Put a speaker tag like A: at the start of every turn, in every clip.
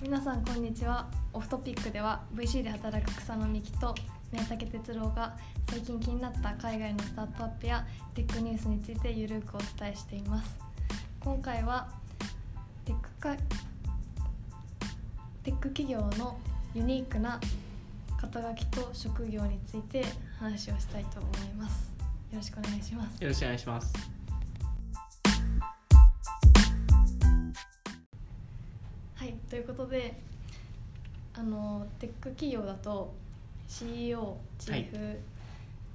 A: 皆さんこんにちはオフトピックでは VC で働く草の幹と宮武哲郎が最近気になった海外のスタートアップやテックニュースについてゆるくお伝えしています今回はテックかテック企業のユニークな肩書きと職業について話をしたいと思いますよろしくお願いします
B: よろしくお願いします。
A: はい、ということであのテック企業だと CEO チーフ、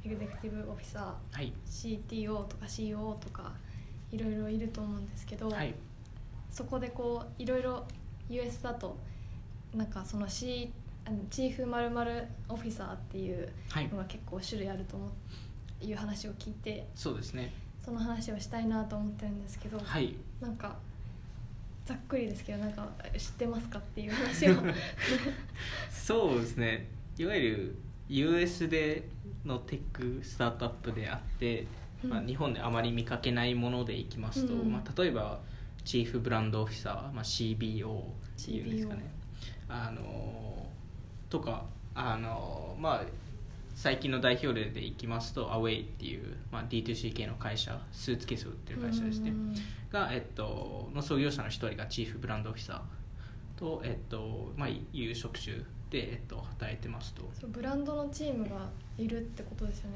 A: エグゼクティブオフィサ
B: はい。
A: ー CTO とか COO とかいろいろいると思うんですけど、
B: はい。
A: そこでこういろいろ US だとなんかその C あのチーフまるオフィサーっていう
B: はい
A: の。が結構種類あると思ういう話を聞いて
B: そうですね。
A: その話をしたいなと思ってるんですけど、
B: はい。
A: なんかざっくりですけどなんか知ってますかっていう話 を
B: そうですね。いわゆる US でのテックスタートアップであって、まあ、
A: うん
B: 日本であまり見かけないものでいきますと、
A: うん
B: まあ、例えばチーフブランドオフィサー、まあ、CBO っていうんですかね。あのーとかあのーまあ最近の代表例でいきますとアウェイっていう、まあ、D2C 系の会社スーツケースを売ってる会社ですね。
A: うん
B: が、えっと、の創業者の一人がチーフブランドオフィサーと、えっとまあ、いう職種で、えっと、働いてますと
A: そうブランドのチームがいるってことですよね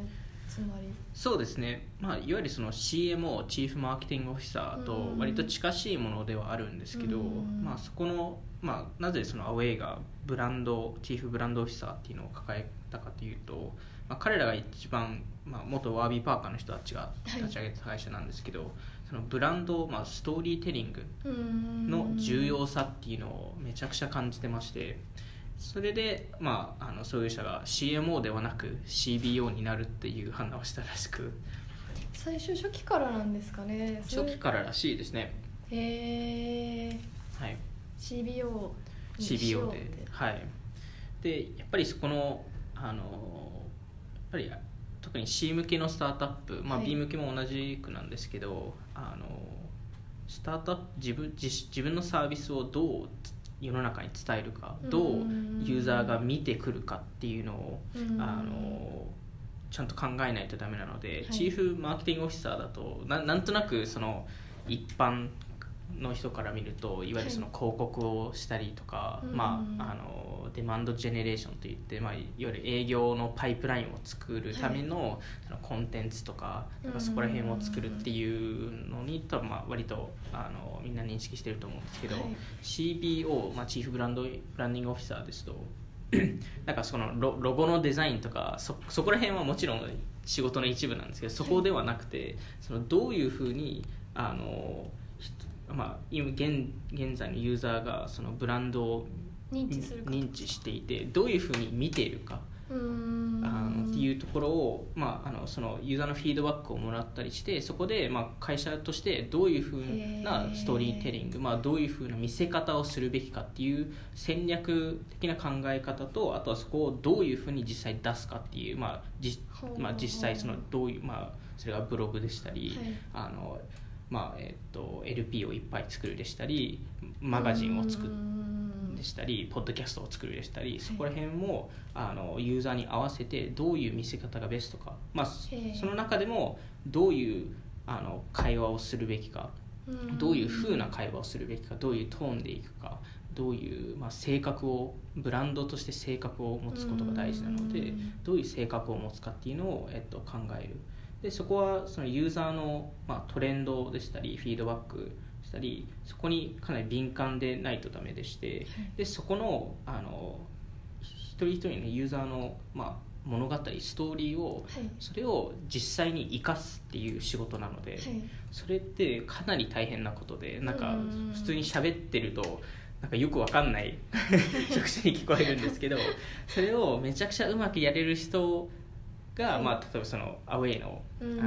A: つまり
B: そうですね、まあ、いわゆるその CMO チーフマーケティングオフィサー
A: う
B: と
A: ん
B: 割と近しいものではあるんですけど、
A: うん
B: まあ、そこの、まあ、なぜそのアウェイがブランドチーフブランドオフィサーっていうのを抱えたかというと、まあ、彼らが一番、まあ、元ワービーパーカーの人たちが立ち上げた会社なんですけど、そのブランド、まあ、ストーリーテリングの重要さっていうのをめちゃくちゃ感じてましてそれで、まあ、あの創業者が CMO ではなく CBO になるっていう判断をしたらしく
A: 最初初期からなんですかね
B: 初期かららしいですね、
A: らへえ
B: はい、
A: CBO にしよ
B: CBO
A: うっ
B: で
A: て
B: はいでやっぱりそこのあのやっぱり特に C 向けのスタートアップ、まあ、
A: はい
B: B 向けも同じくなんですけど、あのスタートアップ自分自自分のサービスをどう世の中に伝えるかどうユーザーが見てくるかっていうのを
A: うん
B: あのちゃんと考えないとダメなので、
A: い
B: チーフマーケティングオフィサーだとななんとなくその一般の人から見るといわゆるその広告をしたりとか、
A: うん
B: まあ、あのデマンドジェネレーションといって、まあ、いわゆる営業のパイプラインを作るための,、そのコンテンツとかなんかそこら辺を作るっていうのに多分まあ割とあのみんな認識してると思うんですけど、
A: はい
B: CBO、まあ、チーフブランドブランディングオフィサーですと なんかそのロロゴのデザインとかそそこら辺はもちろん仕事の一部なんですけどそこではなくて、そのどういうふうにあの、ひまあ、今現現在のユーザーがそのブランドを
A: 認知するか
B: 認知していてどういうふうに見ているか
A: うーん
B: あのっていううところを、まあ、あのそのユーザーのフィードバックをもらったりしてそこで、まあ、会社としてどういうふうな
A: へー
B: ストーリーテリング、まあ、どういうふうな見せ方をするべきかっていう戦略的な考え方とあとはそこをどういうふうに実際出すかっていう、まあじ
A: ほうほう
B: まあ、実際そのどういう、まあ、それがブログでしたり、
A: はい
B: あのまあえっと LP をいっぱい作るでしたりマガジンを作っ
A: うん
B: でしたりポッドキャストを作るでしたりそこら辺もあのユーザーに合わせてどういう見せ方がベストか、まあ、そ
A: へえ
B: その中でもどういうあの会話をするべきか
A: うん
B: どういう風な会話をするべきかどういうトーンでいくかどういう、まあ、性格をブランドとして性格を持つことが大事なの
A: う
B: で
A: ん
B: どういう性格を持つかっていうのを、えっと、考えるでそこはそのユーザーの、まあ、トレンドでしたりフィードバックでしたりそこにかなり敏感でないとダメでしてでそこのあの一人一人のユーザーの、まあ、物語ストーリーを
A: はい
B: それを実際に生かすっていう仕事なので。
A: はい
B: それってかなり大変なことでなんか
A: うん
B: 普通に喋ってるとなんかよくわかんない 職種に聞こえるんですけどそれをめちゃくちゃうまくやれる人が、
A: はい
B: まあ、例えばそのアウェイのあ
A: うん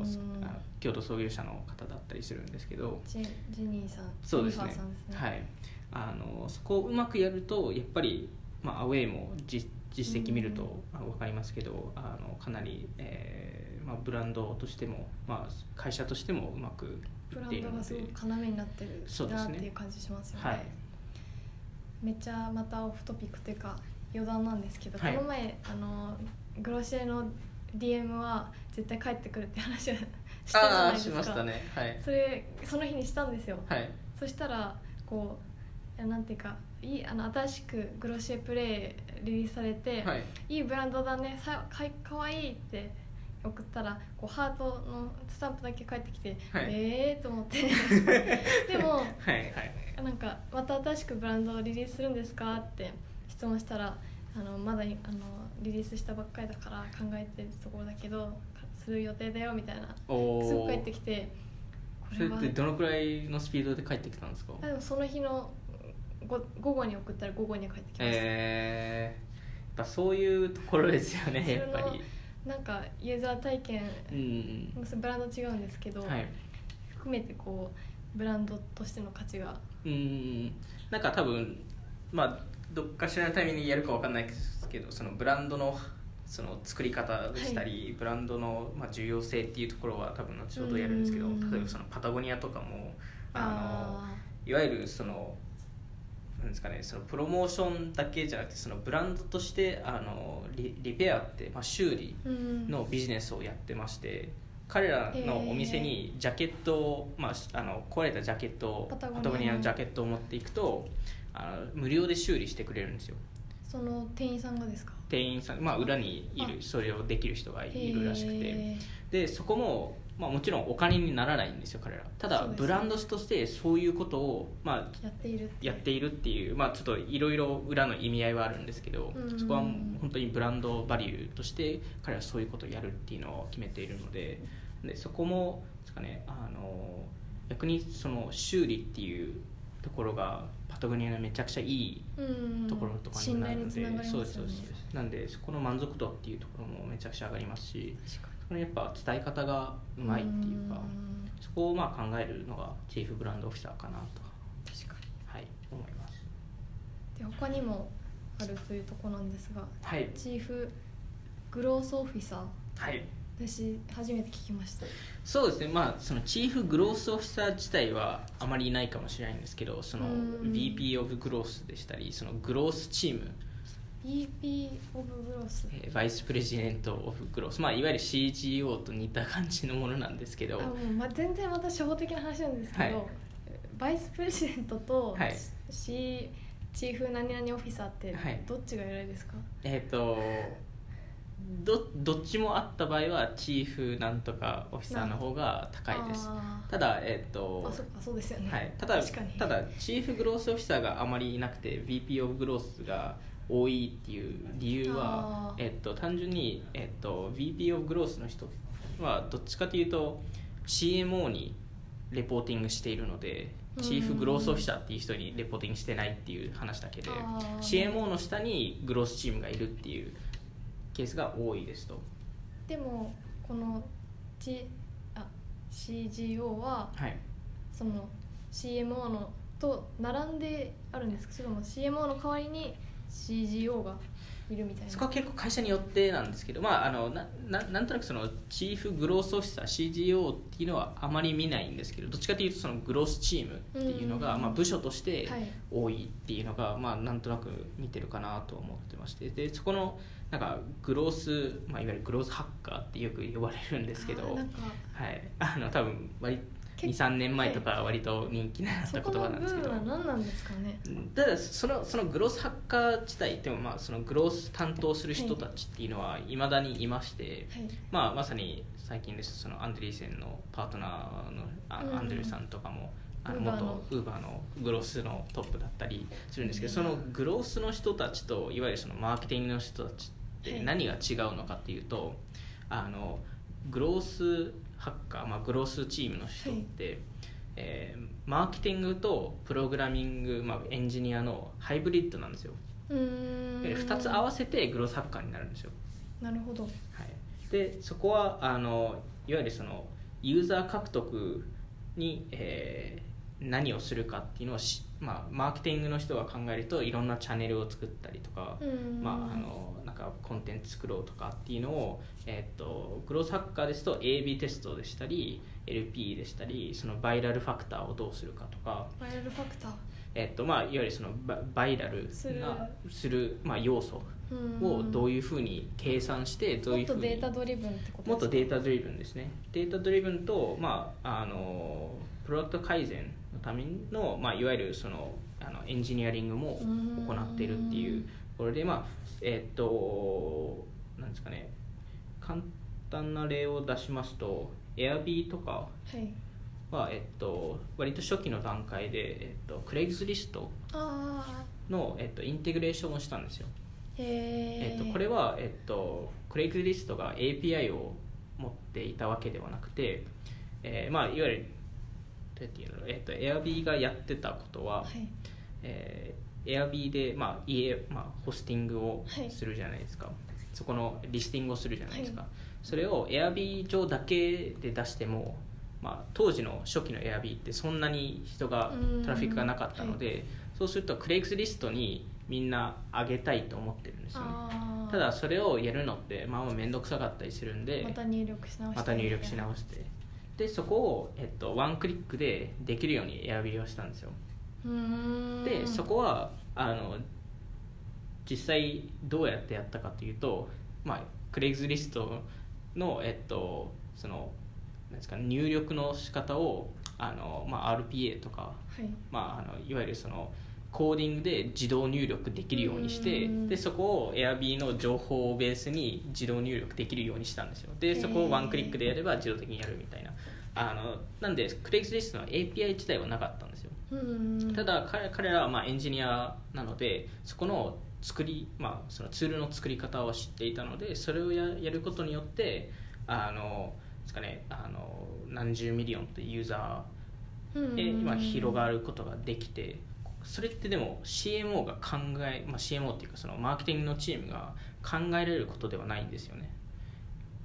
B: のそあの京都創業者の方だったりするんですけど
A: ジェジェニーさん
B: そうです
A: ジェニ
B: ね
A: ファーさんですね
B: はい、あのそこをうまくやるとやっぱり、まあ、アウェイも実実績見る
A: うん
B: とあ分かりますけどあのかなり、えーまあ、ブランドとしても、まあ、会社としてもうまくい
A: ブ
B: っ
A: ラ
B: てい
A: ン
B: る
A: ド
B: の
A: がす
B: で
A: ごく要になって
B: そう
A: る
B: で
A: な
B: す
A: っ
B: ね
A: ていう感じしますよね。
B: はい
A: めっちゃまたオフトピックというか余談なんですけど、
B: はい
A: この前あのグロシエの DM は絶対帰ってくるって話を したじゃ
B: あ
A: な
B: あ
A: い
B: ー
A: で
B: し
A: す
B: ました
A: か、
B: ねはい
A: それその日にしたんですよ
B: はい
A: そしたらこういやなんていうかいいあの新しくグロシエプレイリリースされて、
B: はい
A: いいブランドだねさかいかわいいって送ったらこうハートのスタンプだけ返ってきて、
B: はい
A: ええー、と思って でも
B: はいはい
A: なんかまた新しくブランドをリリースするんですかって質問したらあのまだいあのリリースしたばっかりだから考えてるところだけどかする予定だよみたいな
B: お
A: すぐ
B: お
A: 返ってきてこ
B: そ
A: れ
B: れ
A: は
B: ってどのくらいのスピードで帰ってきたんですか
A: あでもその日のご午後に送ったら午後に返ってきました、
B: えー、やっぱそういうところですよねやっぱり
A: なんかユーザー体験
B: うん
A: ブランド違うんですけど、
B: はい
A: 含めてこうブランドとしての価値が
B: うんなんか多分まあどっかしらのタイミングでやるかわかんないですけどそのブランドのその作り方でしたり、ブランドの、まあ、重要性っていうところは多分後ほどやるんですけど
A: うん
B: 例えばそのパタゴニアとかもあのいわゆるそのなんですかねそのプロモーションだけじゃなくてそのブランドとしてあのリリペアって、まあ、修理
A: ーうん
B: のビジネスをやってまして彼らのお店にジャケットを、まあし、あの壊れたジャケットを
A: パタゴニアの
B: パタゴニアのジャケットを持っていくとあの無料で修理してくれるんですよ
A: その店員さんがですか
B: 店員さん、まあ、裏にいる
A: あ
B: それをできる人がいるらしくて、
A: へ
B: でそこも、まあ、もちろんお金にならないんですよ彼らただ
A: そうですね
B: ブランドとしてそういうことを、まあ、
A: ーやっているって
B: やっているっていう、まあ、ちょっといろいろ裏の意味合いはあるんですけど、
A: うん
B: そこはもう本当にブランドバリューとして彼はそういうことをやるっていうのを決めているのででそこもですか、ね、あの逆にその修理っていうところがパトグニアのめちゃくちゃいい
A: うん
B: ところとかに
A: 信
B: な
A: 頼
B: るの
A: につ
B: で、
A: ながり
B: そう
A: ま
B: です
A: す
B: そ
A: よ
B: うで
A: ね
B: すそうですなんでそこの満足度っていうところもめちゃくちゃ上がりますし
A: 確か
B: そのやっぱ伝え方がう
A: に
B: まいっていうか
A: ん
B: そこをまあ考えるのがチーフブランドオフィサーかなと、
A: 確か
B: はい、思います。
A: にで他にもあるというところなんですが
B: はい
A: チーフグロースオフィサー
B: はい、
A: 私初めて聞きました
B: そうですね、まあ、そのチーフグロースオフィサー自体はあまりいないかもしれないんですけどその
A: うん
B: VP オブグロースでしたりそのグロースチーム
A: BP オブグロース
B: えーバイスプレジデントオフグロース、まあ、いわゆる CGO と似た感じのものなんですけ
A: あ
B: ど
A: もう、ま、全然また初歩的な話なんですけど、
B: はい
A: バイスプレジデントと、
B: はい
A: C チーフ何々オフィサーって
B: はい
A: どっちが偉いですか、
B: えっ、とどどっちもあった場合はチーフなんとかオフィサーの方が高いです
A: あー
B: ただえっ、と
A: あそっかそうですよね、
B: はい、ただ
A: 確かに
B: ただチーフグロースオフィサーがあまりいなくて VP オブグロースが多いっていう理由は
A: あ、ー
B: えっと、単純に、えっと、VP オブグロースの人はどっちかというと CMO にレポーティングしているので
A: うん
B: チーフグロースオフィサーっていう人にレポーティングしてないっていう話だけで
A: あー
B: CMO の下にグロースチームがいるっていうケースが多いですと。
A: でもこの、G、あ CGO は
B: はい
A: その CMO のと並んであるんですけども CMO の代わりに CGO がいるみたいな
B: そこは結構会社によってなんですけど、まあ、あのなななんとなくそのチーフグロースオフィサー CGO っていうのはあまり見ないんですけどどっちかというとそのグロースチームっていうのが、
A: うん
B: まあ、部署として
A: はい
B: 多いっていうのが、まあ、なんとなく見てるかなと思ってましてでそこのなんかグロース、まあ、いわゆるグロースハッカーってよく呼ばれるんですけ
A: あー
B: ど
A: なんか
B: はい、あの多分割
A: 結構
B: 23年前とか割と人気になった
A: そ
B: 言
A: この
B: 葉なん
A: 部
B: ですけど
A: 分は何なんですかね
B: ただそのそのグロースハッカー自体でもまあそのグロース担当する人たちっていうのはいまだにいまして、
A: はい
B: まあ、まさに最近ですとそのアンドリーセンのパートナーのあ
A: うんうん
B: アンドリューさんとかも。あの
A: Uber の
B: 元ウーバーのグロースのトップだったりするんですけどそのグロースの人たちといわゆるそのマーケティングの人たちっ
A: は
B: て
A: い
B: 何が違うのかっていうとあのグロースハッカー、まあ、グロースチームの人って、えーマーケティングとプログラミング、まあ、エンジニアのハイブリッドなんですよ
A: うーん
B: 2つ合わせてグロースハッカーになるんですよ、
A: なるほど
B: はい、でそこはあのいわゆるそのユーザー獲得に、えー何をするかっていうのをしまあ、マーケティングの人が考えるといろんなチャンネルを作ったりとか、
A: うん
B: まあ、あのなんかコンテンツ作ろうとかっていうのを、えっとグロースハッカーですと AB テストでしたり LP でしたりそのバイラルファクターをどうするかとか、
A: バイラルファクター
B: えっとまあ、いわゆるそのババイラル
A: する
B: なする、まあ、要素
A: うん
B: をどういうふうに計算してどう
A: も
B: い
A: っ
B: うふ
A: と
B: う
A: デ
B: に
A: ータドリブンってこと
B: もっとデー
A: タ
B: タドリブンですねデータドリブンと、まあ、あのプロダクト改善のための、まあ、いわゆるそのあのエンジニアリングも行っているっていうところでまあえーっとなんですかね簡単な例を出しますと Airb とか
A: はい
B: は、えっと、割と初期の段階で、えっと、クレイズリスト
A: あ
B: の、えっと、インテグレーションをしたんですよ
A: ーへ
B: え
A: え
B: っと、これは、えっと、クレイクリストが API を持っていたわけではなくて、えーまあ、いわゆるどうやって言うの、えっと、Airb がやってたことは、
A: はい
B: えー、Airb で、まあ家まあ、ホスティングを
A: はい
B: するじゃないですか、そこのリスティングをするじゃないですか、
A: は
B: それを Airb 上だけで出しても、まあ、当時の初期の Airb ってそんなに人が
A: うん
B: トラフィックがなかったので、そうするとクレイクリストにみんな上げたいと思ってるんですよね
A: あー
B: ただそれをやるのってまあまあ面倒くさかったりするんで
A: また入力し直して
B: また入力し直
A: し
B: してでそこを、えっと、ワンクリックでできるように選びをしたんですよでそこはあの実際どうやってやったかというと、まあ、クレイズリストの,、えっと、そのなんですかね入力の仕方をあの、まあ、RPA とか
A: はい
B: まあ、あのいわゆるそのコーディングで自動入力できるようにして
A: うん
B: でそこを Airb の情報をベースに自動入力できるようにしたんですよでそこをワンクリックでやれば自動的にやるみたいなあのなんでクレイクスリストの API 自体はなかったんですよ
A: うん
B: ただ彼彼らはまあエンジニアなのでそこの作り、まあ、そのツールの作り方を知っていたのでそれをややることによってあのですかねあの何十ミリオンってユーザー
A: うん
B: で今広がることができてそれってでも CMO が考え、まあ、CMO っていうかそのマーケティングのチームが考えられることではないんですよね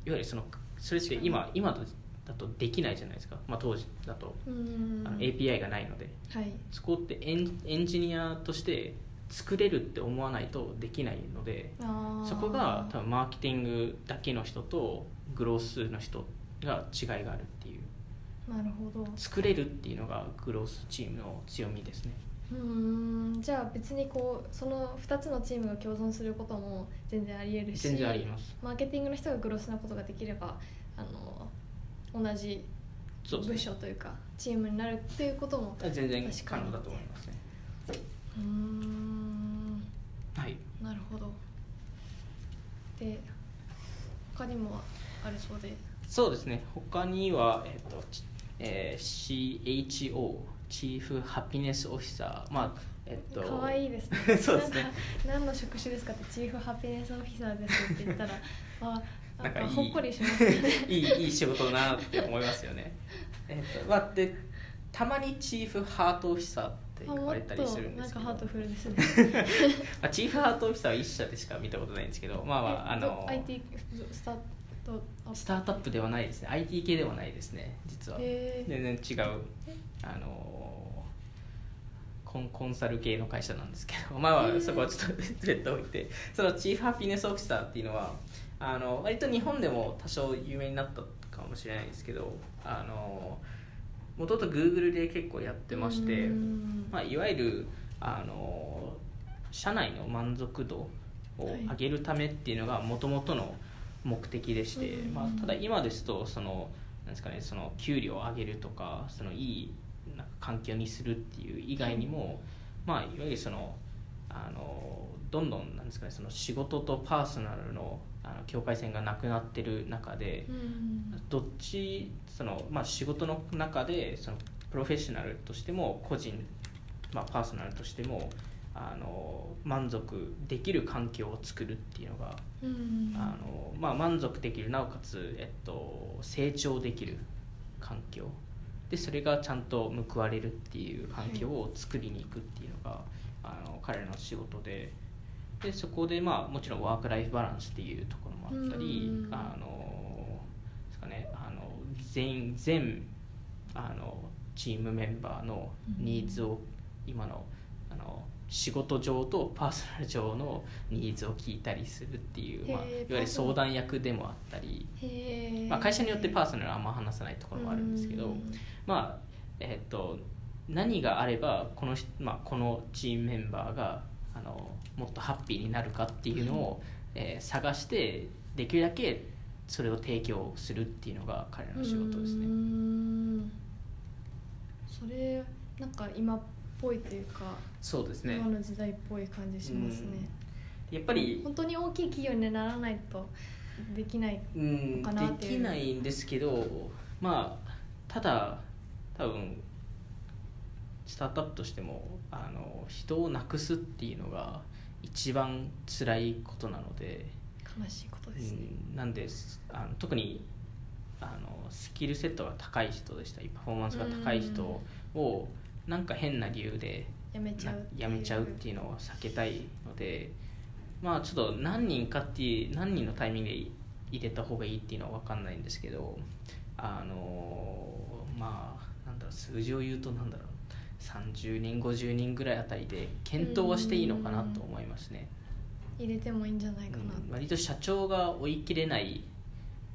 B: いわゆるそのそれって今今だとできないじゃないですか、まあ、当時だと
A: うん
B: あの API がないので
A: はい
B: そこってエンエンジニアとして作れるって思わないとできないので
A: あー
B: そこが多分マーケティングだけの人とグロースの人が違いがあるっていう
A: なるほど
B: 作れるっていうのがグロースチームの強みですね
A: うんじゃあ別にこうその2つのチームが共存することも全然ありえるし
B: 全然あります
A: マーケティングの人がグロスなことができればあの同じ
B: そうですね
A: 部署というかチームになるっていうことも
B: 全然
A: 確か
B: 可
A: に
B: 能だと思いますね
A: うーん
B: はい
A: なるほどで他にもあるそうで
B: そうですね他には、えっとちえー CHO チーフハピネスオフィサーまあえっと
A: 可愛いです
B: そうですね
A: なんか何の職種ですかってチーフハピネスオフィサーですって言 ったらあな
B: なん
A: ん
B: か
A: か
B: いい
A: ほっこりしますね
B: いいいい仕事だなって思いますよ ねえっとまあでたまにチーフハートオフィサーって
A: あ
B: 言
A: も
B: わ
A: っ
B: れたりす
A: と
B: るんで
A: なん
B: す
A: か
B: けど
A: ハートフルですね
B: まあ、チーフハートオフィサーは一社でしか見たことないんですけど まあまああ
A: えど
B: の
A: IT スタートアップ
B: スタートアップではないですね IT 系ではないですね実は
A: へー
B: 全然違うあのーコンコンサル系の会社なんですけど まあ
A: へ
B: まあ
A: ー
B: そこはちょっと別途置いてそのチーフハピネスオフィサーっていうのはあの割と日本でも多少有名になったかもしれないですけどあのもともと Google で結構やってまして
A: うん
B: まあ、いわゆるあの社内の満足度を上げるためっていうのがもともとの目的でして、
A: うん
B: まあ、ただ今ですとそのなんですかねその給料を上げるとかそのいいなんか環境にするっていう以外にも、まあ、いわゆるそのあのどんどんなんですかねその仕事とパーソナルのあの境界線がなくなってる中で、
A: うん
B: どっちその、まあ、仕事の中でそのプロフェッショナルとしても個人、まあ、パーソナルとしてもあの満足できる環境を作るっていうのが、
A: うん
B: あのまあ、満足できるなおかつ、えっと、成長できる環境でそれがちゃんと報われるっていう環境を作りに行くっていうのが、あの彼らの仕事ででそこで、まあ、もちろんワーク・ライフ・バランスっていうところもあったり、
A: うん
B: あのですかねあの全員全あのチームメンバーのニーズを今のあの仕事上とパーソナル上のニーズを聞いたりするっていう、まあ、いわ
A: へー
B: ゆ
A: パー
B: る
A: ソナル
B: 相談役でもあったり、
A: へえ
B: まあ、会社によってパー
A: ソ
B: ソナルはあんま話さないところもあるんですけど、まあえっと何があればこの,、まあ、このチームメンバーがあのもっとハッピーになるかっていうのを、えー探してできるだけそれを提供するっていうのが彼らの仕事ですね。
A: それなんか今っぽいというか
B: そうですね
A: 今の時代っぽい感じしますね
B: やっぱり
A: 本当に大きい企業にならないとできない
B: うん、で
A: かなっていう
B: きないんですけどまあただ多分スタートアップとしてもあの人をなくすっていうのが一番辛いことなので、
A: 悲しいことですね、
B: うん、なんですあの特にあのスキルセットが高い人でしたりパフォーマンスが高い人をなんか変な理由で
A: やめちゃうっていう
B: やめちゃうっていうのを避けたいのでまあちょっと何人かっていう何人のタイミングで入れた方がいいっていうのは分かんないんですけどあのまあなんだろう数字を言うとなんだろう30人50人ぐらいあたりで検討はしていいのかなと思いますね、
A: 入れてもいいんじゃないかな、
B: うん割と社長が追い切れない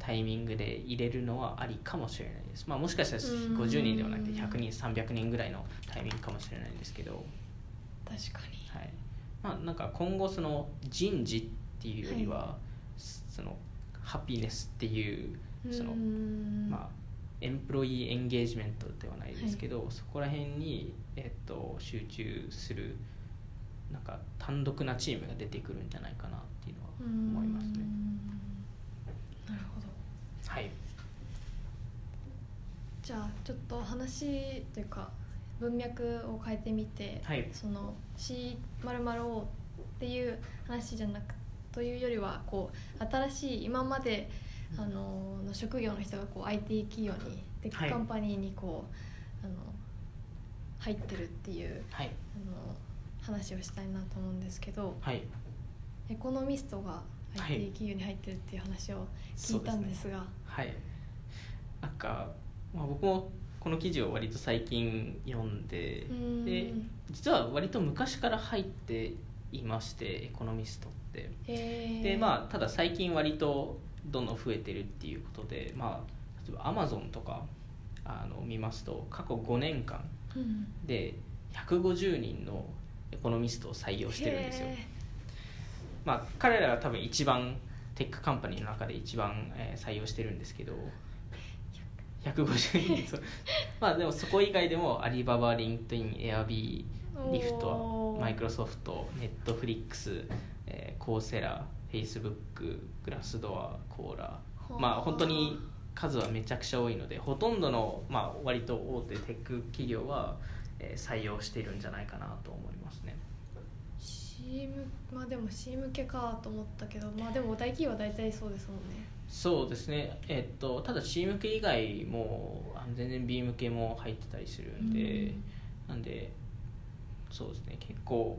B: タイミングで入れるのはありかもしれないです、まあ、もしかしたら
A: うん
B: 50人ではなくて100人300人ぐらいのタイミングかもしれないんですけど、
A: 確かに
B: はいまあ、なんか今後その人事っていうよりは、そのハピネスっていうその、
A: うん
B: まあ、エンプロイーエンゲージメントではないですけど、そこら辺に、えっと、集中するなんか単独なチームが出てくるんじゃないかなっていうのは思いますね
A: う。んなるほど
B: はい、
A: じゃあちょっと話というか文脈を変えてみて、
B: はい
A: その C○○ っていう話じゃなくというよりはこう新しい今まであのの職業の人がこう IT 企業にテッ
B: は
A: ク
B: い
A: カンパニーにこう、あの入ってるっていう
B: はい
A: あの話をしたいなと思うんですけど
B: はい
A: エコノミストが
B: はい
A: IT 企業に入ってるっていう話を聞
B: そ
A: いう
B: で
A: た
B: す
A: ん
B: ね
A: ですが。
B: はいなんか、まあ、僕もこの記事を割と最近読んで
A: うーん
B: で実は割と昔から入っていましてエコノミストって
A: へー
B: でまあただ最近割とどんどん増えてるっていうことでまあ例えばアマゾンとかあの見ますと過去5年間
A: うん
B: で150人のエコノミストを採用してるんですよ
A: へー
B: まあ、彼らが多分一番テックカンパニーの中で一番、えー採用してるんですけど150人そうまあでもそこ以外でもアリババリンクトインエアビーリフトマイクロソフトネットフリックス、えーコーセラフェイスブックグラスドアコーラ
A: ほう
B: まあ本当に数はめちゃくちゃ多いのでほとんどの、まあ、割と大手テック企業は、えー採用しているんじゃないかなと思いますね。
A: C まあでも C 向けかと思ったけどまあでも大企業は大体そうですもんね
B: そうですね、えっと、ただ C 向け以外もあの全然 B 向けも入ってたりするんで、なんでそうですね結構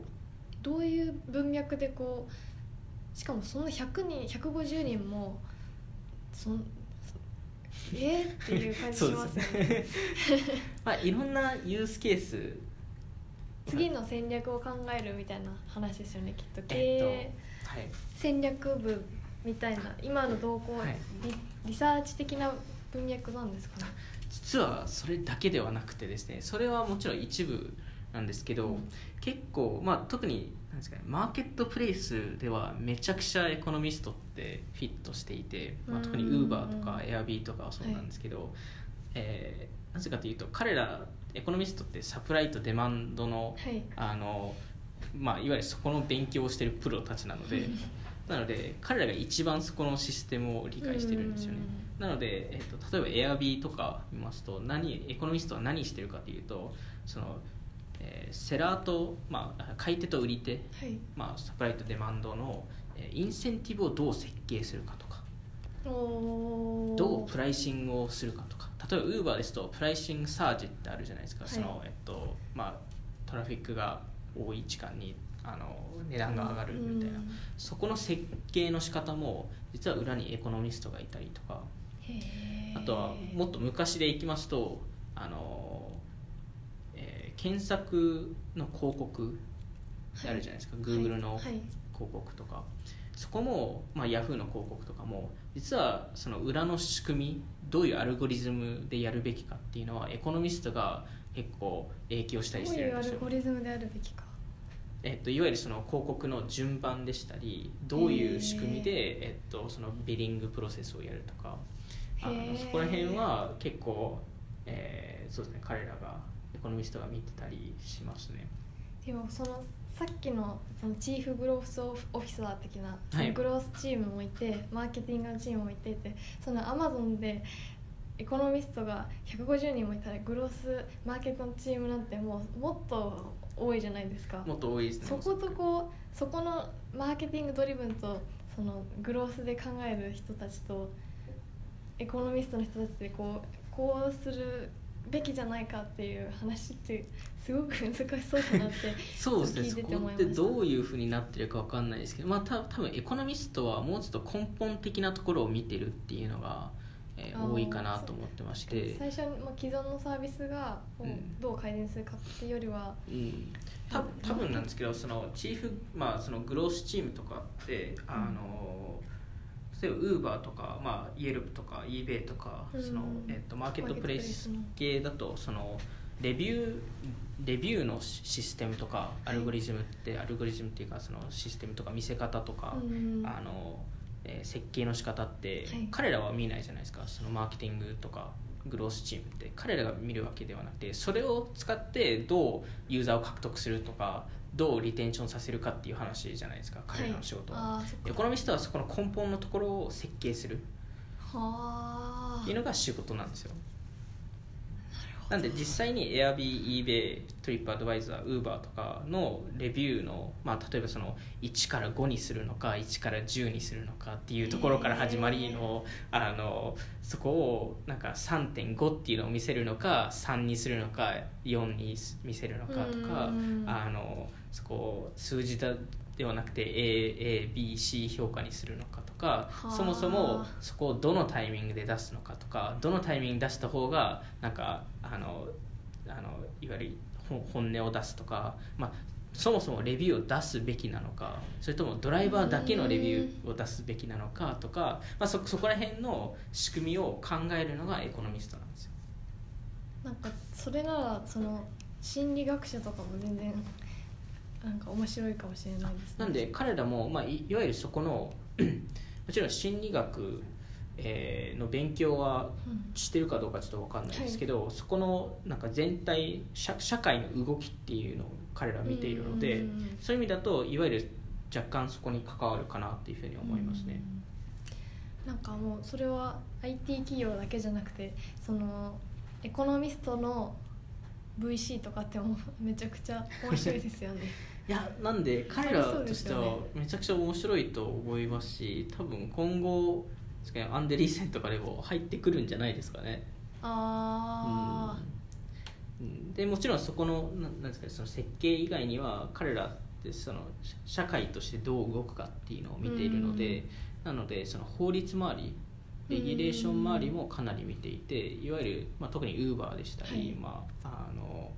A: どういう文脈でこうしかもその100人150人もそんえー、っていう感じし
B: そう
A: ます
B: で
A: よ
B: す
A: ね
B: ね まあいろんなユースケース
A: 次の戦略を考えるみたいな話ですよねきっと経
B: え
A: 営
B: っとはい
A: 戦略部みたいな今の動向、
B: はい
A: リリサーチ的な文脈なんですかね
B: 実はそれだけではなくてですねそれはもちろん一部なんですけど、
A: うん
B: 結構、まあ、特になんですか、ね、マーケットプレイスではめちゃくちゃエコノミストってフィットしていて、まあ、特に
A: う
B: ウ
A: ん
B: ーバーとかエアビーとかはそうなんですけど、えーなぜかというと彼らエコノミストってサプライとデマンドの
A: はい
B: あの、まあ、いわゆるそこの勉強をしてるプロたちなの でなので彼らが一番そこのシステムを理解してるんですよね。なので、えっと例えば Airb とか見ますと何エコノミストは何してるかというとその、えーセラーと、まあ、買い手と売り手、
A: はい
B: まあ、サプライとデマンドの、えーインセンティブをどう設計するかとか
A: おー
B: どうプライシングをするかとか例えば Uber ですとプライシングサージってあるじゃないですか、
A: はい
B: そのえっとまあ、トラフィックが多い時間にあの値段が上がるみたいな、
A: うん
B: そこの設計の仕方も実は裏にエコノミストがいたりとか。
A: へー
B: あとはもっと昔でいきますとあの、え検索の広告あるじゃないですか、Google の
A: はいはい
B: 広告とかそこも、まあ、Yahoo の広告とかも実はその裏の仕組みどういうアルゴリズムでやるべきかっていうのはエコノミストが結構影響したり
A: ど
B: し
A: う
B: て
A: い
B: る
A: うんア
B: です
A: ル
B: よ
A: ゴリズムであるべきか
B: えっと、いわゆるその広告の順番でしたりどういう仕組みで、えっと、そのビリングプロセスをやるとかあ
A: へ
B: の
A: ー
B: そこら辺は結構、えーそうですね彼らがエコノミストが見てたりしますね
A: でもそのさっきのそのチーフグロースオフィサー的な、
B: はい
A: グロースチームもいてマーケティングのチームもいてってそのアマゾンでエコノミストが150人もいたらグロースマーケットのチームなんてもうもっと多いじゃないですか
B: もっと多いですね
A: そことこうそこのマーケティングドリブンとそのグロースで考える人たちとエコノミストの人たちでこうこうするべきじゃないかっていう話ってすごく難しそうだなって
B: そうですね
A: 聞い
B: そ
A: てて
B: こ
A: 思い
B: っ
A: ま
B: て
A: した
B: どういうふうになってるかわかんないですけどまあた多分エコノミストはもうちょっと根本的なところを見てるっていうのが、えー
A: あー
B: 多いかなと思ってまして
A: 最初にまあ既存のサービスがこう
B: うん
A: どう改善するかっていうよりは、
B: うん多分多分なんですけどそのチーフ、まあ、そのグロースチームとかってあの、例えばウーバーとか、まあ、イエルプとか eBay とか、
A: うん
B: そのえっと、マーケットプレイス
A: マーケット
B: 系だとそのレビューレビューのシステムとかアルゴリズムって、アルゴリズムっていうかそのシステムとか見せ方とか、
A: うん
B: あのえー設計の仕方って、
A: はい
B: 彼らは見ないじゃないですかそのマーケティングとかグロースチームって彼らが見るわけではなくてそれを使ってどうユーザーを獲得するとかどうリテンションさせるかっていう話じゃないですか彼らの仕事は、
A: はいあーそっか
B: エコノミストはそこの根本のところを設計する
A: はあ
B: っていうのが仕事なんですよなんで実際に Airb、eBay、TripAdvisor、Uber とかのレビューの、まあ、例えばその1から5にするのか1から10にするのかっていうところから始まりの,、あのそこをなんか3.5っていうのを見せるのか3にするのか4に見せるのかとか
A: うん
B: あのそこを数字だではなくて AABC 評価にするのかとか
A: はあ
B: そもそもそこをどのタイミングで出すのかとかどのタイミングに出した方がなんかあのあのいわゆる本本音を出すとか、まあ、そもそもレビューを出すべきなのかそれともドライバーだけのレビューを出すべきなのかとか、まあ、そそこら辺の仕組みを考えるのがエコノミストなんですよ。
A: なんかそれならその心理学者とかも全然なんか面白いかもしれないですね。
B: なんで彼らも、まあ、いいわゆるそこの もちろん心理学、えーの勉強は
A: うん、
B: してるかどうかちょっと分かんないですけど、そこのなんか全体社社会の動きっていうのを彼らは見ているので、
A: うんうんうん
B: そういう意味だといわゆる若干そこに関わるかなっていうふうに思いますね。
A: うん。なんかもうそれは IT 企業だけじゃなくてそのエコノミストの VC とかってもめちゃくちゃ面白いですよ ね。
B: いやなんで彼ら
A: そう
B: と
A: で
B: し
A: す
B: て
A: よね
B: はめちゃくちゃ面白いと思いますし多分今後確かにアンデリーセンとかでも入ってくるんじゃないですかね。
A: あ
B: うんでもちろんそこのななんですかねその設計以外には彼らってその社社会としてどう動くかっていうのを見ているので、なのでその法律周りレギュレーション周りもかなり見ていていわゆる、まあ、特にウーバーでしたり、
A: はい
B: まあ、あの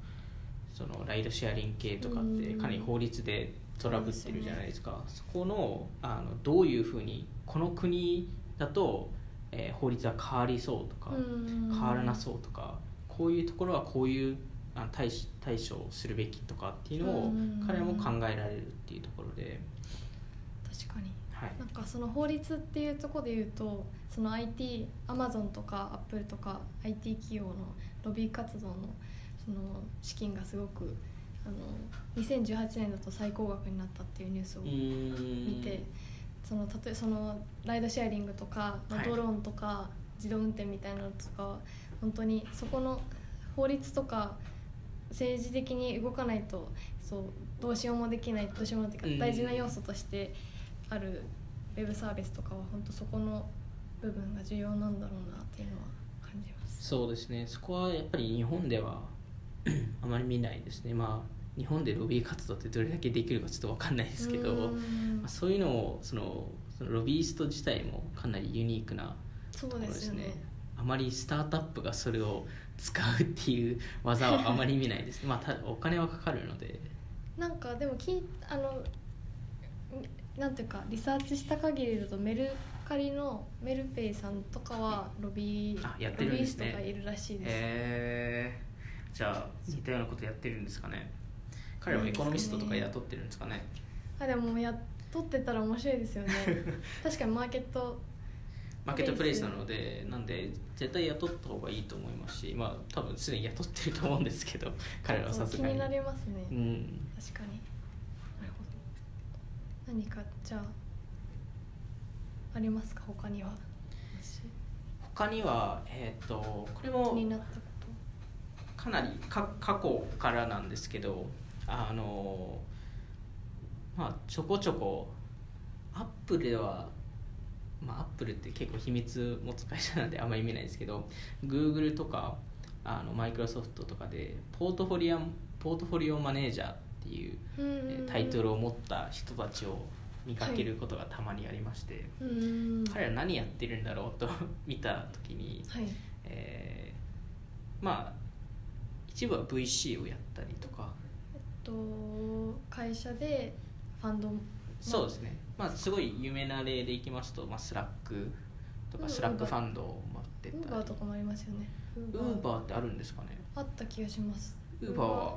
B: そのライドシェアリング系とかっ
A: う
B: て
A: ん
B: かなり法律でトラブってるじゃないですかそこのあのどういうふうにこの国だと、えー法律は変わりそうとか、
A: うん
B: 変わらなそうとかこういうところはこういうあ対し対処をするべきとかっていうの
A: う
B: を
A: ん
B: 彼も考えられるっていうところで、
A: あ確かに。
B: はい、
A: なんかその法律っていうところで言うとその IT アマゾンとかアップルとか IT 企業のロビー活動のその資金がすごくあの2018年だと最高額になったっていうニュースを見
B: 見
A: て、その例えそのライドシェアリングとか、まあ
B: はい
A: ドローンとか自動運転みたいなのとかは本当にそこの法律とか政治的に動かないとそうどうしようもできないどうしようもって
B: う
A: い
B: ん
A: うか大事な要素としてあるウェブサービスとかは本当そこの部分が重要なんだろうなっていうのは感じます。
B: そうですねそこはやっぱり日本では あまり見ないですねまあ日本でロビー活動ってどれだけできるかちょっと分かんないですけど、
A: うん
B: まあ、そういうのをそのそのロビースト自体もかなりユニークな
A: そう
B: とこ
A: で
B: ろですす
A: よ
B: ね
A: ね。
B: あまりスタートアップがそれを使うっていう技はあまり見ないですねまあたお金はかかるので
A: なんかでもきいあのんなんていうかリサーチした限りだとメルカリのメルペイさんとかはロビー
B: あやってるんです
A: ロ
B: ね
A: ビーストがいるらしいです、
B: へえじゃあ似たようなことやってるんですかね彼はエコノミストとか雇ってるんですかね
A: あでもやっとってたら面白いですよ ね確かにマーケット
B: マーケットプレイスなのでなんで絶対雇った方がいいと思いますしまあ多分すでに雇ってると思うんですけど彼らはさす
A: 気
B: がに
A: になりますね、
B: うん
A: 確かになるほど何かじゃあありますか他には
B: 他にはえっ、とこれ
A: 気
B: も
A: になったこ
B: かなりか過去からなんですけどあのまあちょこちょこアップルではまあアップルって結構秘密持つ会社なんであんまり見ないですけど Google とかあのマイクロソフトとかでポートフォリアポートフォリオマネージャーっていう
A: とうんうんうん
B: タイトルを持った人たちを見かけることがたまにありまして、
A: うんうん
B: 彼ら何やってるんだろうと見た時に、
A: はい
B: えーまあ一部は VC をやったりとか
A: と会社でファンドも
B: そうですね、まあ、すごい有名な例でいきますと、まあ、スラックと
A: う
B: か
A: ん
B: スラックファンドを持って
A: ウ
B: たり
A: ーバーとかもありますよねウ
B: ウーバーってあるんですかね
A: あった気がします
B: ウーバーは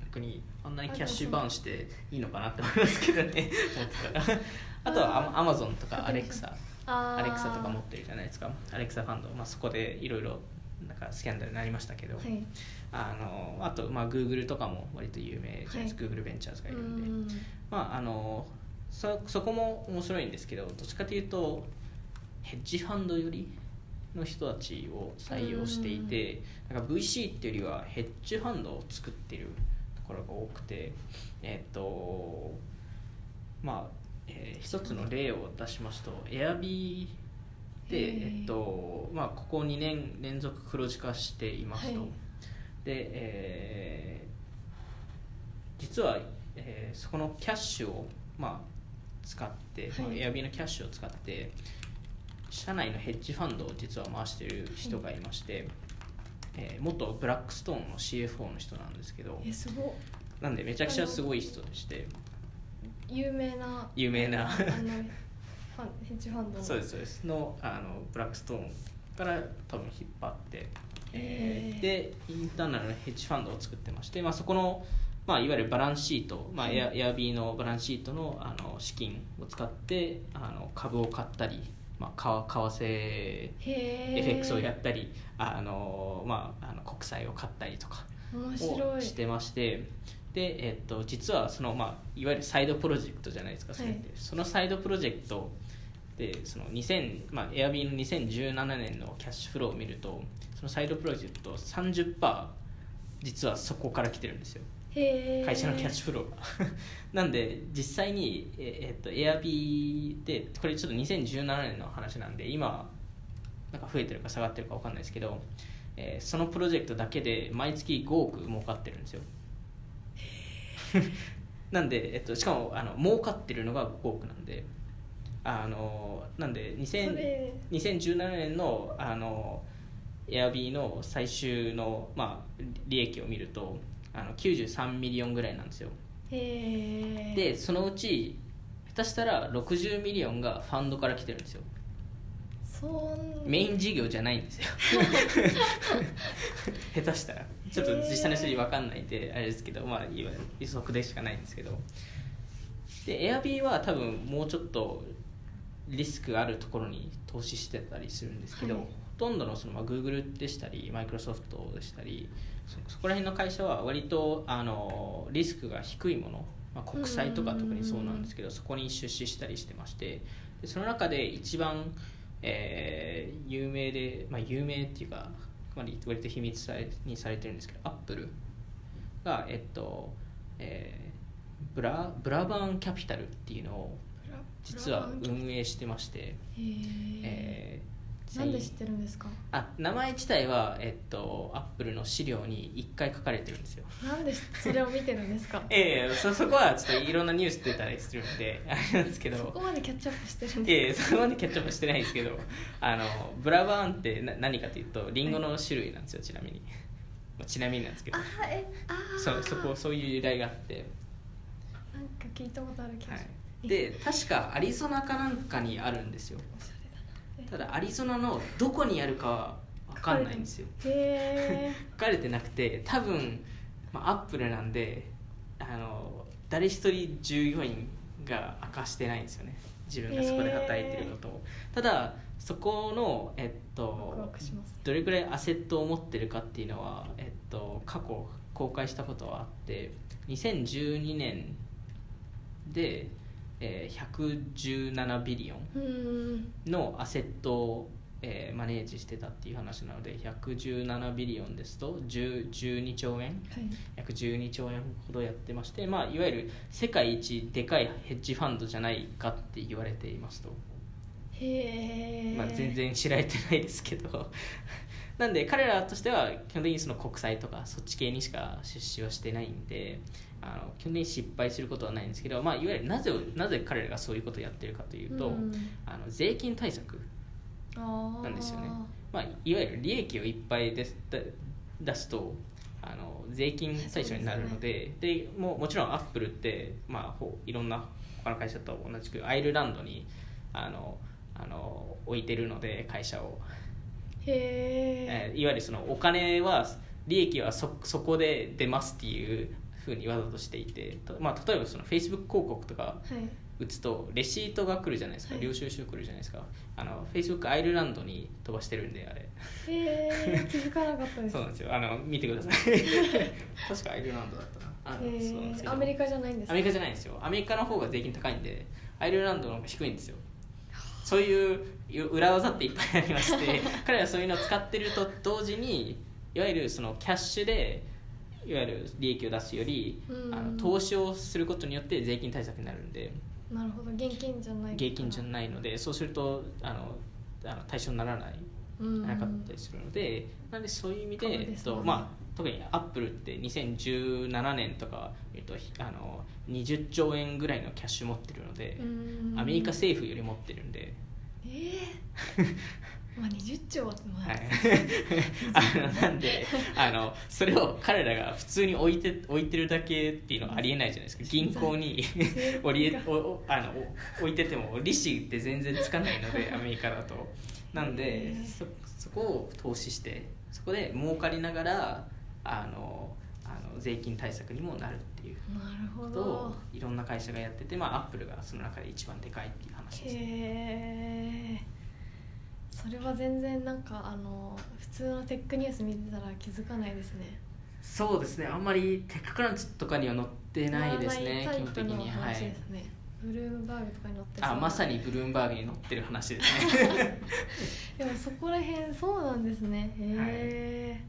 B: 逆にあんなにキャッシュバーンしていいのかなって思いますけど ね思ったからあとはアマゾンとかアレクサ
A: あー
B: アレクサとか持ってるじゃないですかアレクサファンド、まあ、そこでいろいろなんかスキャンダルになりましたけど、
A: はい
B: あのあと、まあ、Google とかも割と有名じゃないですか、
A: はい
B: Google ベンチャーズがいうるんで、
A: ん
B: まあ、あのそそこも面白いんですけどどっちかというとヘッジファンド寄りの人たちを採用していて、なんか VC っていうよりはヘッジファンドを作ってるところが多くてえっ、とまあ、えー一つの例を出しますと Airb
A: へ
B: で、
A: ー
B: えっとまあ、ここ2年連続黒字化していますと、
A: はい
B: で、えー実は、えーそこのキャッシュを、まあ、使って、
A: はい
B: まあ、Airb のキャッシュを使って社内のヘッジファンドを実は回してる人がいまして、えー元ブラックストーンの CFO の人なんですけど
A: えすごっ
B: なんでめちゃくちゃすごい人でして
A: 有名な
B: 有名な
A: あのファンヘッジファンド
B: そうですそうですのあのブラックストーンから多分引っ張って、えー
A: へ
B: でインターナルのヘッジファンドを作ってまして、まあ、そこの、まあ、いわゆるバランスシート、まあ、エアエアビーのバランスシートのあの資金を使ってあの株を買ったり、まあ、か為替
A: へえ
B: FX をやったり、あのまあ、あの国債を買ったりとか
A: 面白
B: を
A: い
B: してましてで、えっと実はその、まあ、いわゆるサイドプロジェクトじゃないですかそれって、
A: はい
B: そのサイドプロジェクトでその2000、まあ、Airb の2017年のキャッシュフローを見るとそのサイドプロジェクト30%実はそこから来てるんですよ
A: へえ
B: 会社のキャッシュフローがなんで実際にえ、えっと、Airb でこれちょっと2017年の話なんで今なんか増えてるか下がってるか分かんないですけど、えーそのプロジェクトだけで毎月5億儲かってるんですよ なんで、えっと、しかもあの儲かってるのが5億なんであのなんで
A: そ
B: 2000
A: れ
B: 2017年のあの Airb の最終の、まあ、利益を見るとあの93ミリオンぐらいなんですよ
A: へえ
B: でそのうち下手したら60ミリオンがファンドから来てるんですよ
A: そん
B: メイン事業じゃない んですよ下手したらちょっと実際の数字分かんないんであれですけどまあいわゆる予測でしかないんですけどで Airb は多分もうちょっとリスクあるところに投資してたりするんですけど、
A: はい
B: ほとんどのその、まあ、Google でしたり Microsoft でしたりそそこら辺の会社は割とあのリスクが低いもの、まあ、国債とか特にそうなんですけどそこに出資したりしてましてでその中で一番、えー有名で、まあ、有名っていうかまあ割と秘密されにされてるんですけどアップルが、えっとえーブラブラバーンキャピタルっていうのを実は運営してまして、
A: へえ
B: えー
A: なんで知ってるんですか
B: あ名前自体は、えっと、アップルの資料に1回書かれてるんですよ
A: なんでそれを見てるんですか
B: ええそそこはちょっといろんなニュース出たりするんであれなんですけ
A: そこ
B: ど
A: までキャッチアップしてるん
B: ええ
A: ですか
B: そこまでキャッチアップしてないんですけどあのブラバーンってな何かというとリンゴの種類なんですよちなみに、まあ、ちなみになんですけど
A: あーえあー
B: そうそこそういう由来があって、
A: なんか聞いたことある気が
B: は
A: する、
B: い、で確かアリゾナかなんかにあるんですよ
A: おしゃれだ
B: た
A: な
B: だアリゾナのどこにあるかは分かんないんですよ
A: へえ
B: 書かれてなくて多分、まあ、アップルなんであの誰一人従業員が明かしてないんですよね自分がそこで働いてることを、ただそこのえっ
A: ワクワ
B: と
A: クしますね
B: どれくらいアセットを持ってるかっていうのは、えっと、過去公開したことはあって2012年で、えー117ビリオン
A: うーん
B: のアセットを、えーマネージしてたっていう話なので117ビリオンですと10 12兆円
A: はい
B: 約12兆円ほどやってまして、まあ、いわゆる世界一でかいヘッジファンドじゃないかって言われていますと、
A: へえ、
B: まあ、全然知られてないですけど なんで彼らとしては基本的にその国債とかそっち系にしか出資はしてないんであの基本的に失敗することはないんですけど、まあ、いわゆるなぜなぜ彼らがそういうことをやってるかというと、
A: ん
B: あの税金対策
A: あー
B: なんですよねまあ、いわゆる利益をいっぱい出す出出すとあの税金対象になるのでで、もうもちろんアップルって、まあ、ほいろんな他の会社と同じくアイルランドにあのあの置いてるので会社を、
A: へえ
B: えーいわゆるそのお金は利益はそそこで出ますっていうふうにわざとしていて、とまあ、例えばその Facebook 広告とか
A: はい
B: 打つとレシートが来るじゃないですか、
A: はい
B: 領収書来るじゃないですかあの Facebook アイルランドに飛ばしてるんであれ
A: へえ 気づかなかったです
B: そうなんですよ。あの見てください。 確かアイルランドだったな。あの
A: へー
B: そうなんですけど
A: アメリカじゃないんです
B: アメリカじゃないんですよ。アメリカの方が税金高いんで、アイルランドの方が低いんですよ。そういう裏技っていっぱいあり まして、彼らはそういうのを使ってると同時に、いわゆるそのキャッシュで。いわゆる利益を出すより、
A: うん
B: あの投資をすることによって税金対策になるんで
A: なるほど現金じゃない
B: 税金じゃ
A: い
B: ないのでそうするとあのあの対象にならないなかったりするので、なんでそういう意味で
A: 株
B: え
A: で
B: っ
A: すもん
B: と
A: ね
B: まあ、特にアップルって2017年とか、えっと、ひあの20兆円ぐらいのキャッシュ持ってるので、アメリカ政府より持ってるんで、
A: え えまあ20兆はまあ、
B: はい、 あのなんであのそれを彼らが普通に置いて置いてるだけっていうのはありえないじゃない ですか銀行に おりえおおあのお置いてても利子って全然つかないのでア メリカだとなん
A: へ
B: で
A: ー
B: そそこを投資してそこで儲かりながらあのあの税金対策にもなるっていう
A: なるほ
B: ことを
A: ど
B: いろんな会社がやってて、まあ、アップルがその中で一番でかいっていう話ですね
A: へえそれは全然なんかあの普通のテックニュース見てたら気づかないですね
B: そうですねあんまりテッククランチとかには載ってないですね
A: 知らないタ
B: 基本
A: イ
B: 的
A: プの
B: には
A: 話
B: い
A: ですねブルームバーグとかに載って
B: あまさ
A: に
B: にブルームバーグに載ってる話ですね
A: でもそこら辺そうなんですねへ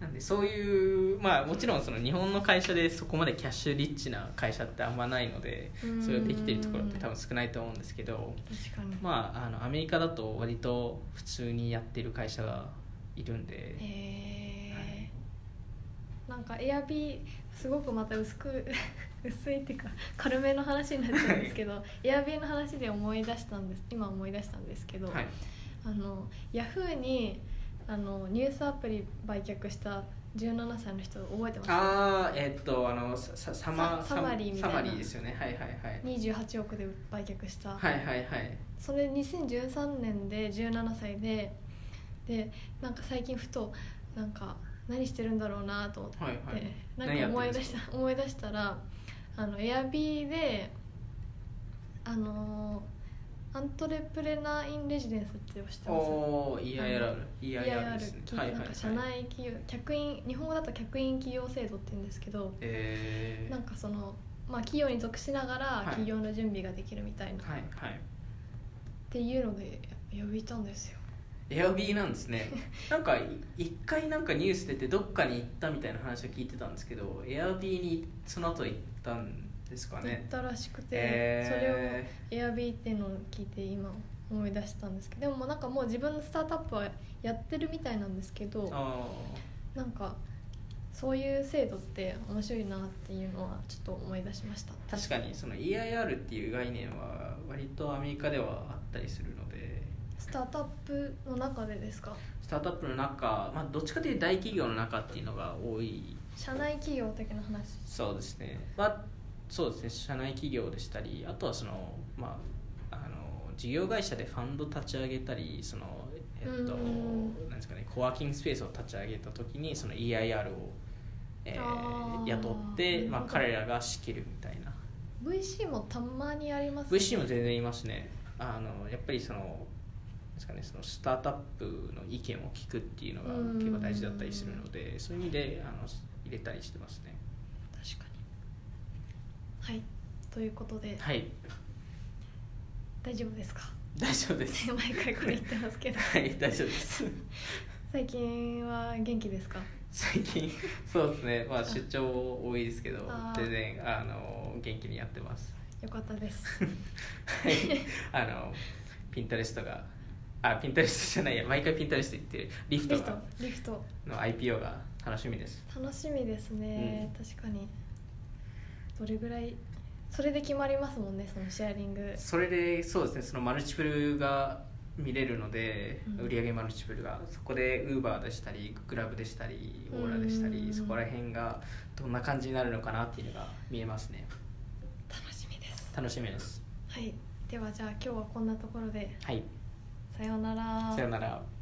B: なんでそういうまあもちろんその日本の会社でそこまでキャッシュリッチな会社ってあんまないので
A: うん
B: それをできてるところって多分少ないと思うんですけど
A: え確かに、
B: まああのアメリカだと割と普通にやってる会社がいるんで
A: へえ、
B: はい
A: なんかエアビーすごくまた薄く 薄いっていうか軽めの話になっちゃうんですけどエアビーの話で思い出したんです今思い出したんですけど、
B: はい
A: あのヤフーにあのニュースアプリ売却した17歳の人覚えてます
B: ああえっとあのささサマ
A: ササマリーみたいな
B: サマリーですよねはいはいはい
A: 28億で売却した、
B: はいはいはい
A: それ2013年で17歳ででなんか最近ふとなんか何してるんだろうなと思って
B: はいはい
A: でなん
B: 何
A: か
B: やって
A: 思
B: る
A: い
B: んで
A: 出
B: す
A: し
B: か
A: た思い出したらあのエアビーであのーアントレプレナー・イン・レジデンスって知ってます
B: おお EIR
A: ？EIR
B: EIR ですねはいはい
A: なん
B: は
A: か
B: い
A: 社内企業客員日本語だと客員企業制度って言うんですけど
B: えー
A: なんかそのまあ企業に属しながら
B: い
A: 企業の準備ができるみたいな、
B: はいはい
A: っていうので呼びたんですよ
B: エアビーなんですねなんかい一回なんかニュース出てどっかに行ったみたいな話を聞いてたんですけどエアビーにその後行ったんですか
A: 行っ
B: ね
A: たらしくて、
B: えー
A: それをエアビーっていうのを聞いて今思い出したんですけどでももうなんかもう自分のスタートアップはやってるみたいなんですけど
B: あ
A: なんかそういう制度って面白いなっていうのはちょっと思い出しました
B: ー確かにその EIR っていう概念は割とアメリカではあったりするので
A: スタートアップの中でですか
B: スタートアップの中、まあ、どっちかというと大企業の中っていうのが多い
A: 社内企業的な話
B: そうですね、まあ、そうですね社内企業でしたりあとはその、まあ、あの事業会社でファンド立ち上げたりその、えっと
A: うん
B: なんですかね、コワーキングスペースを立ち上げた時にその EIR を、えー
A: あー
B: 雇って、まあ
A: な、るほど
B: 彼らが仕切るみたいな
A: VC もたまにあります
B: VC も全然いますねあのやっぱりそのなんですかね、そのスタートアップの意見を聞くっていうのが
A: うん
B: 結構大事だったりするのでそういう意味であの入れたりしてますね
A: 確かにはいということで
B: はい
A: 大丈夫ですか
B: 大丈夫で す
A: 毎回これ言ってますけど
B: はい大丈夫です
A: 最近は元気ですか
B: 最近そうですねまあ出張多いですけど
A: あー
B: 全然あの元気にやっ てます
A: よかったです
B: はいあのピンタレストがあピンタレストじゃないや毎回ピンタレスト行ってる
A: リ
B: リフ
A: フト
B: トが
A: リフト
B: の IPO が楽しみです
A: 楽しみですね、確かにどれぐらいそれで決まりますもんねそのシェアリング
B: それでそうですねそのマルチプルが見れるので、
A: うん
B: 売上マルチプルがそこでウーバーでしたりグラブでしたりオーラでした
A: う
B: り
A: ん
B: そこら辺がどんな感じになるのかなっていうのが見えますね
A: 楽しみです
B: 楽しみです
A: はいではじゃあ今日はこんなところで
B: はい
A: さようなら
B: さよなら